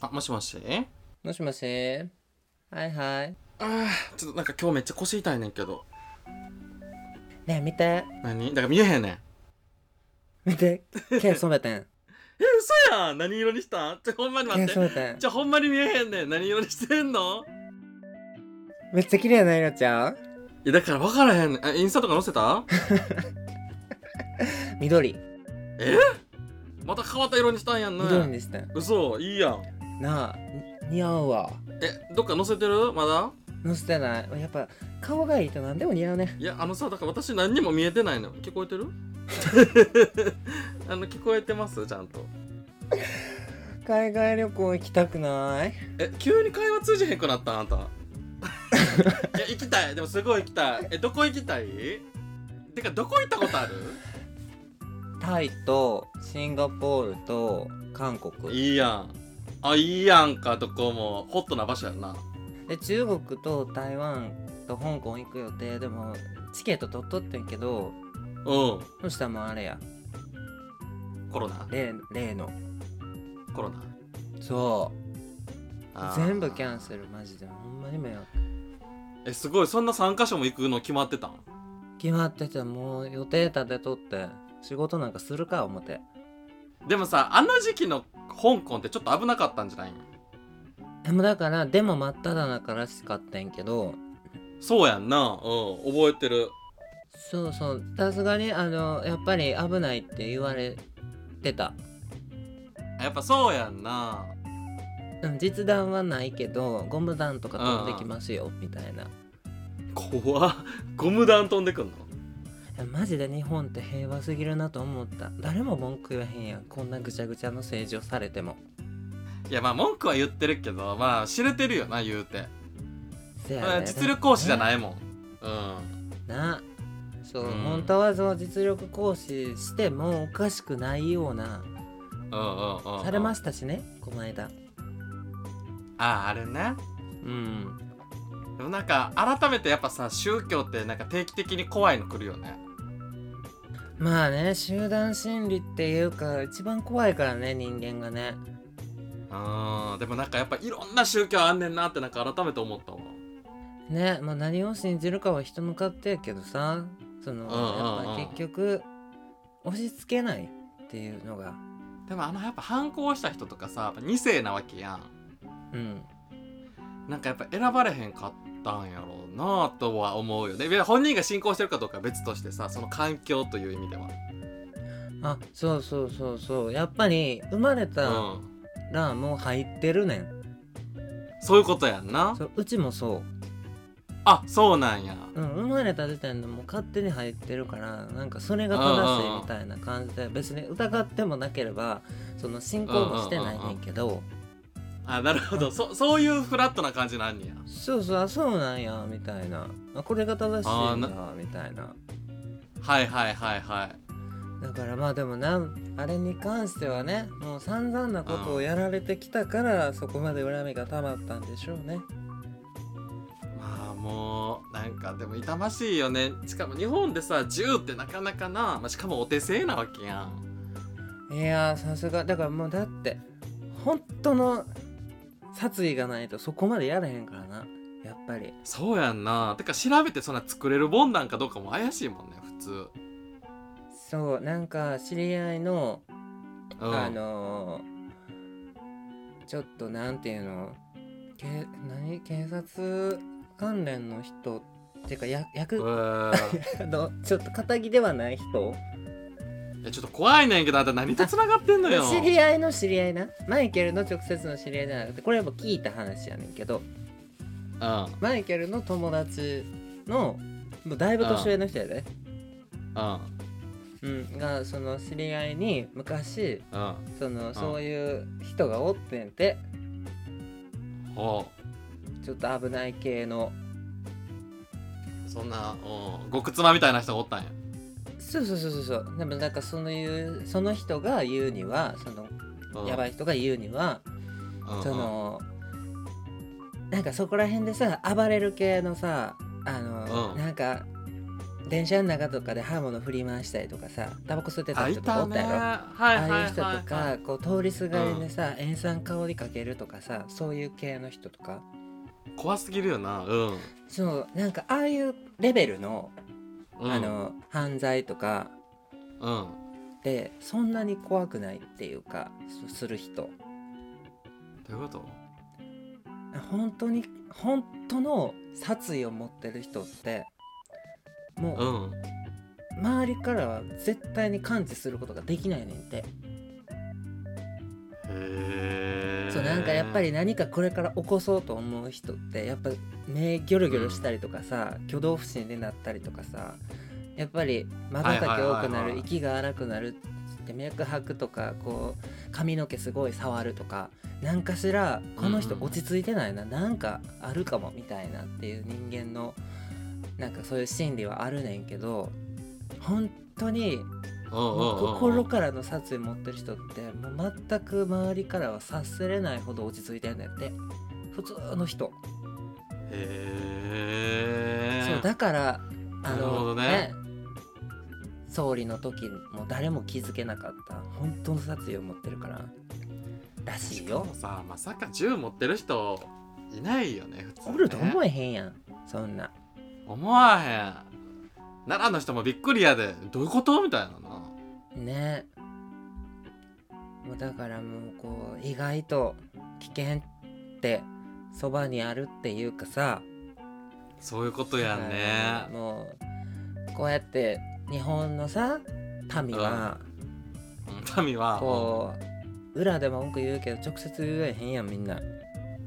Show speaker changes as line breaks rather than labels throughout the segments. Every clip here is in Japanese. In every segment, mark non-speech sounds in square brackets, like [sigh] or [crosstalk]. あ、もしもし
もしもしはいはい。
あーちょっとなんか今日めっちゃ腰痛いねんけど。
ねえ、見て。
何だから見えへんねん。え、[laughs]
見て。毛染めてん。
嘘やん何色にしたんちょ、ほんまに待っ
毛
て。
染めてん
ち。ょ、ほんまに見えへんねん。何色にしてんの
めっちゃ綺麗な色ちゃう
いや、だから分からへんねん。あインスタとか載せた
緑。
えまた変わった色にしたんやん
緑
ね。
にしてん。
嘘、いいやん。
なあ、に似合うわ。
え、どっか載せてるまだ
のせてない。やっぱ、顔がいいと何でも似合うね。
いや、あのさ、だから私何にも見えてないの。聞こえてる [laughs] あの、聞こえてますちゃんと。
海外旅行行きたくない
え急に会話通じへんくなったんあん [laughs] たいや行きたいでもすごい行きたいえどこ行きたいてかどこ行ったことある
タイとシンガポールと韓国。
いいやんあいいやんかどこもホットな場所やな
で、中国と台湾と香港行く予定でも、チケット取っとってんけど、
うん
そしたらもうあれや。
コロナ
例例の。
コロナ
そう。
あー
全部キャンセルマジでほんまに迷惑
えすごいそんな3カ所も行くの決まってたん
決まっててもう予定立てとって仕事なんかするか思って
でもさあの時期の香港ってちょっと危なかったんじゃないん
でもだからでも真っ只中らしかったんやけど
そうやんなうん覚えてる
そうそうさすがにあのやっぱり危ないって言われてた
やっぱそうやんな
うん実弾はないけどゴム弾とか飛んできますよみたいない
怖っゴム弾飛んでくんの
やマジで日本って平和すぎるなと思った誰も文句言わへんやんこんなぐちゃぐちゃの政治をされても
いやまあ文句は言ってるけどまあ知れてるよな言うて、
せや
まあ
ね
実力行使じゃないもんうん
なそう、
うん
本当はその実力行使してもおかしくないような
うんうんうんうん
されま
し
したしねこの間
あああれね
うん
でもなんか改めてやっぱさ宗教ってなんか定期的に怖いの来るよね
まあね集団心理っていうか一番怖いからね人間がね
うんでもなんかやっぱいろんな宗教あんねんなってなんか改めて思ったわ
ねまあ何を信じるかは人の勝手やけどさその
うんうんうん
やっぱ結局押し付けないっていうのが
でもあのやっぱ反抗した人とかさやっぱ2世なわけやん
うん
なんかやっぱ選ばれへんかったんやろうなとは思うよねいや本人が信仰してるかどうかは別としてさその環境という意味では
あそうそうそうそうやっぱり生まれた
うん
らもう入ってるねん
そういうことやんな
そううちもそう
あそうなんや
うん、生まれた時点でもう勝手に入ってるからなんかそれが正しいみたいな感じで別に疑ってもなければその信仰もしてないねんけど
あなるほどそそういうフラットな感じなんや
そうそうあそうなんやみたいなあこれが正しいんだみたいな
はいはいはいはい
だからまあでもなあれに関してはねもう散々なことをやられてきたからそこまで恨みがたまったんでしょうね
まあもうなんかでも痛ましいよねしかも日本でさ銃ってなかなかな、まあ、しかもお手製なわけやん
いやーさすがだからもうだって本当の殺意がないとそこまでやらへんからなやっぱり。
そうやんなてか調べてそんな作れるもんなんかどうかも怪しいもんね普通
そうなんか知り合いの、
うん
あのーちょっとなんていうのけ何警察関連の人っていうかや
え
役
ー
あのちょっと肩着ではない人
いやちょっと怖いねんけどあんた何と繋がってんの
[laughs]
よ
知り合いの知り合いなマイケルの直接の知り合いじゃなくてこれはもう聞いた話やねんけ
う
ど
ん
マイケルの友達のもうだいぶ年上の人やで、
うん
うん、がその知り合いに昔
うん
そのそういう人がおってんて。
ほ
ちょっと危ない系の
うそんなうん極妻みたいな人がおったんや
そうそうそうそうそうでもなんかそのいうその人が言うにはその
うん
やばい人が言うには
うんうん
そのなんかそこら辺でさ暴れる系のさあの
うん
なんか電車の中とかで刃物振り回したりとかさタバコ吸ってた
あ
人
い
とか
た
おっ
ね
たや
は
ろ
いはい
あ
は
あ
い
い
はい
う人とかこう通りすがりでさ塩酸香りかけるとかさそういう系の人とか
怖すぎるよなうん、
そうなんかああいうレベルの
うん、
あの犯罪とか
うん
でそんなに怖くないっていうかすする人
どういうこと
本当に本当の殺意を持ってる人っても
う
うん周りからは絶対に感知することができないねんて、
へえ
そうなんかやっぱり何かこれから起こそうと思う人ってやっぱ目ギョロギョロしたりとかさ、挙動不審になったりとかさやっぱりまばたき多く
はいはい
な
はいは
る
い
息が荒くなるって脈拍とかこう髪の毛すごい触るとかなんかしらこの人
うんうん
落ち着いてないな、なんかあるかもみたいなっていう人間のなんかそういう心理はあるねんけど本当に
うんうんうんうん
心からの殺意持ってる人ってもう全く周りからは察せれないほど落ち着いてるんだって普通の人、
へえ
そうだからあ
なるほど
の
ね
総理の時も誰も気づけなかった本当の殺意を持ってるかららし
し
い
か
よ
もさまさか銃持ってる人いないよね普通ね
おると思えへんやんそんな
思わへん奈良の人もびっくりやでどういうことみたいなな
ねもうだからもうこう意外と危険ってそばにあるっていうかさ
そういうことやんね
うんもうこうやって日本のさ民は
うん民は
こう裏でも文句言うけど直接言えへんやんみんなこ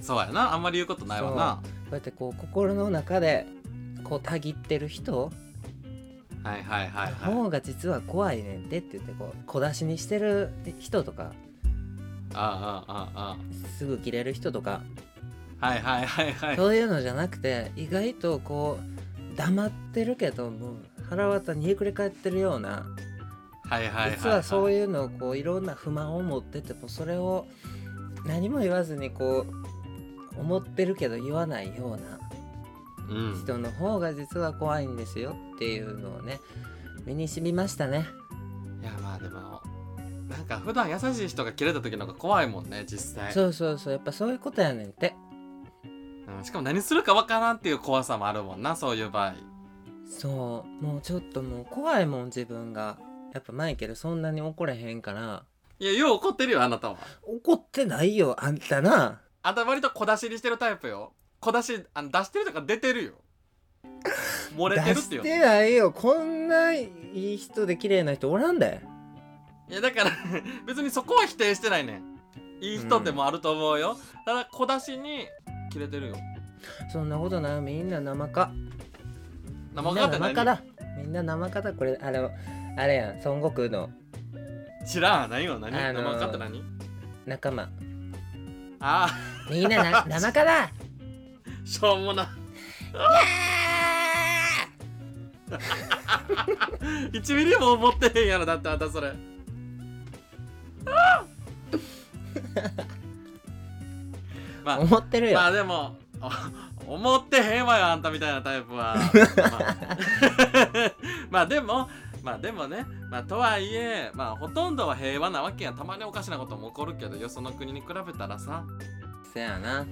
そうやなあんまり言うことないわな
うやってこう心の中でこうたぎってる人
はいはいはい
の
はい
方が実は怖いねんでって言ってこう小出しにしてる人とか
あああああ
すぐ切れる人とか
あはいはいはいはい
そういうのじゃなくて意外とこう黙ってるけどもう腹渡にえくれ返ってるような
はいはいはい
実はそう
う
いうのをこういろんな不満を持っててもそれを何も言わずにこう思ってるけど言わないような
うん
人の方が実は怖いんですよっていうのをね身に染みましたね
いやまあでもなんか普段優しい人が切れた時の方が怖いもんね実際
そうそうそうやっぱそういうことやねんって
うんしかも何するかわからんっていう怖さもあるもんなそういう場合
そうもうちょっともう怖いもん自分がやっぱマイケルそんなに怒れへんから
いやよう怒ってるよあなたは
怒ってないよあんたな
あんた割と小出しにしてるタイプよ小出しあの出してるとか出てるよ漏れて
出
るって
し
よ
てないよこんないい人で綺麗な人おらんだよ
いやだから [laughs] 別にそこは否定してないねんいい人でもあると思うよ、ただ小出しに切れてるよ
そんなことないみんな生か
生かって
み
何
んな生かだみんな生かだこれあのあれやん孫悟空の
知らん何よ何、
あのー
生かって何
仲間
あ
みん
[laughs]
なな生かだ
あしょうもな1ミリも思ってへんやろだってあんたそれ [laughs] あーまあ
思ってるよ、
まあでも [laughs] お思ってへんわよあんたみたいなタイプは [laughs] まあまあでもまあでもねまあとはいえまあほとんどは平和なわけやたまにおかしなことも起こるけどよその国に比べたらさ
せやな
う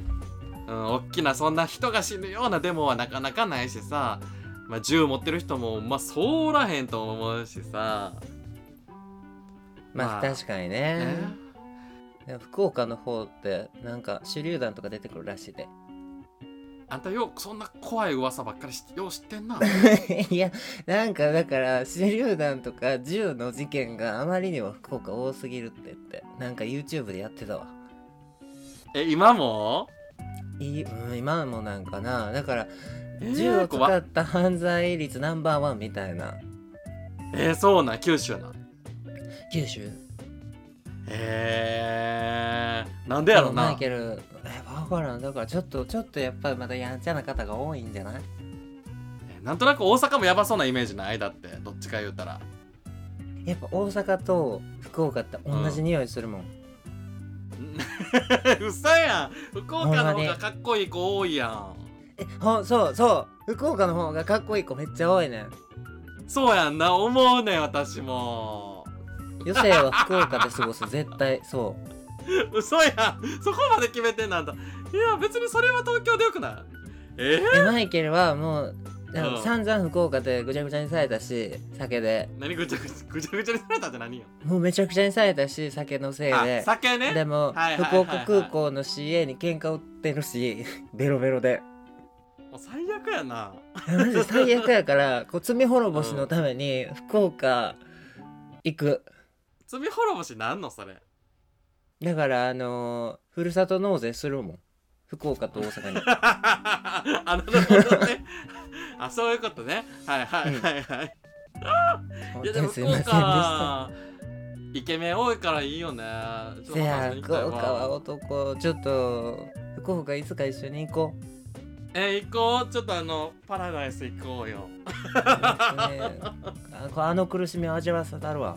んおっきなそんな人が死ぬようなデモはなかなかないしさまあ銃持ってる人もまあそうおらへんと思うしさ
まあ、
まあ
確かにね、でも福岡の方ってなんか手榴弾とか出てくるらしいで [laughs]
あんたようそんな怖い噂ばっかりしよう知ってんな [laughs]
いやなんかだから手榴弾とか銃の事件があまりにも福岡多すぎるって言ってなんか YouTube でやってたわ
え今も
いい、うん、今もなんかなだから
えー
銃を使
怖っ
った犯罪率ナンバーワンみたいな
えーそうなん九州なん
九州
へえなんでやろ
マイ
な
ケルえ分からんだからちょっとちょっとやっぱりまだやんちゃな方が多いんじゃない
えなんとなく大阪もやばそうなイメージないだってどっちか言うたら [laughs]
やっぱ大阪と福岡って同じ匂いするもん、
うさやん福岡の
ほ
方
んま
が
に
かっこいい子多いやん
えほそうそう福岡の方がかっこいい子めっちゃ多いねん
そうやんな思うねん私も
余生は福岡で過ごす絶対そ
嘘やんそこまで決めてんなんだいや別にそれは東京でよくないえ [laughs]
うでマイケルはもうだから
うん
散々福岡でぐちゃぐちゃにされたし酒で
何ぐちゃぐちゃぐちゃぐちゃにされたって何よ
もうめちゃくちゃにされたし酒のせい
あ
で
酒ね
でも、
はいはいはいはい
福岡空港の CA に喧嘩売ってるしベロベロで
もう最悪やな
[laughs] マジ最悪やからこう罪滅ぼしのために福岡行く
罪滅ぼしなんのそれ [laughs]
だからあのーふるさと納税するもん福岡と大阪に
あなるほどね [laughs] あそういうことねはいはいはいはい、[laughs]
本
いや
当
でも
にすい
福
ませんでした
岡イケメン多いからいいよねちょっと
せや
話に行き
福
たい
岡は
わ
男ちょっと福岡いつか一緒に行こ
[laughs]
う、
え行こうちょっとあのパラダイス行こうよ
ね、あこうあの苦しみを味わわせたるわ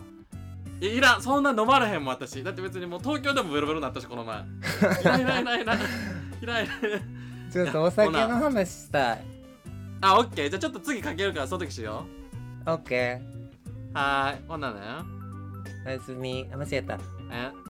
いいらんそんな飲まれへんもん私だって別にもう東京でもベロベロになったしこの前いらんいらんいらんいらんいらんいらん
ちょっとお酒の話したい
あオッケーじゃあちょっと次かけるからその時しよ
オッケ
うはーいほんならね
ーおやすみあ間違えた
え